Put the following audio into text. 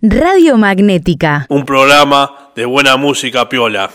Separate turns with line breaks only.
Radio Magnética.
un programa de buena música piola.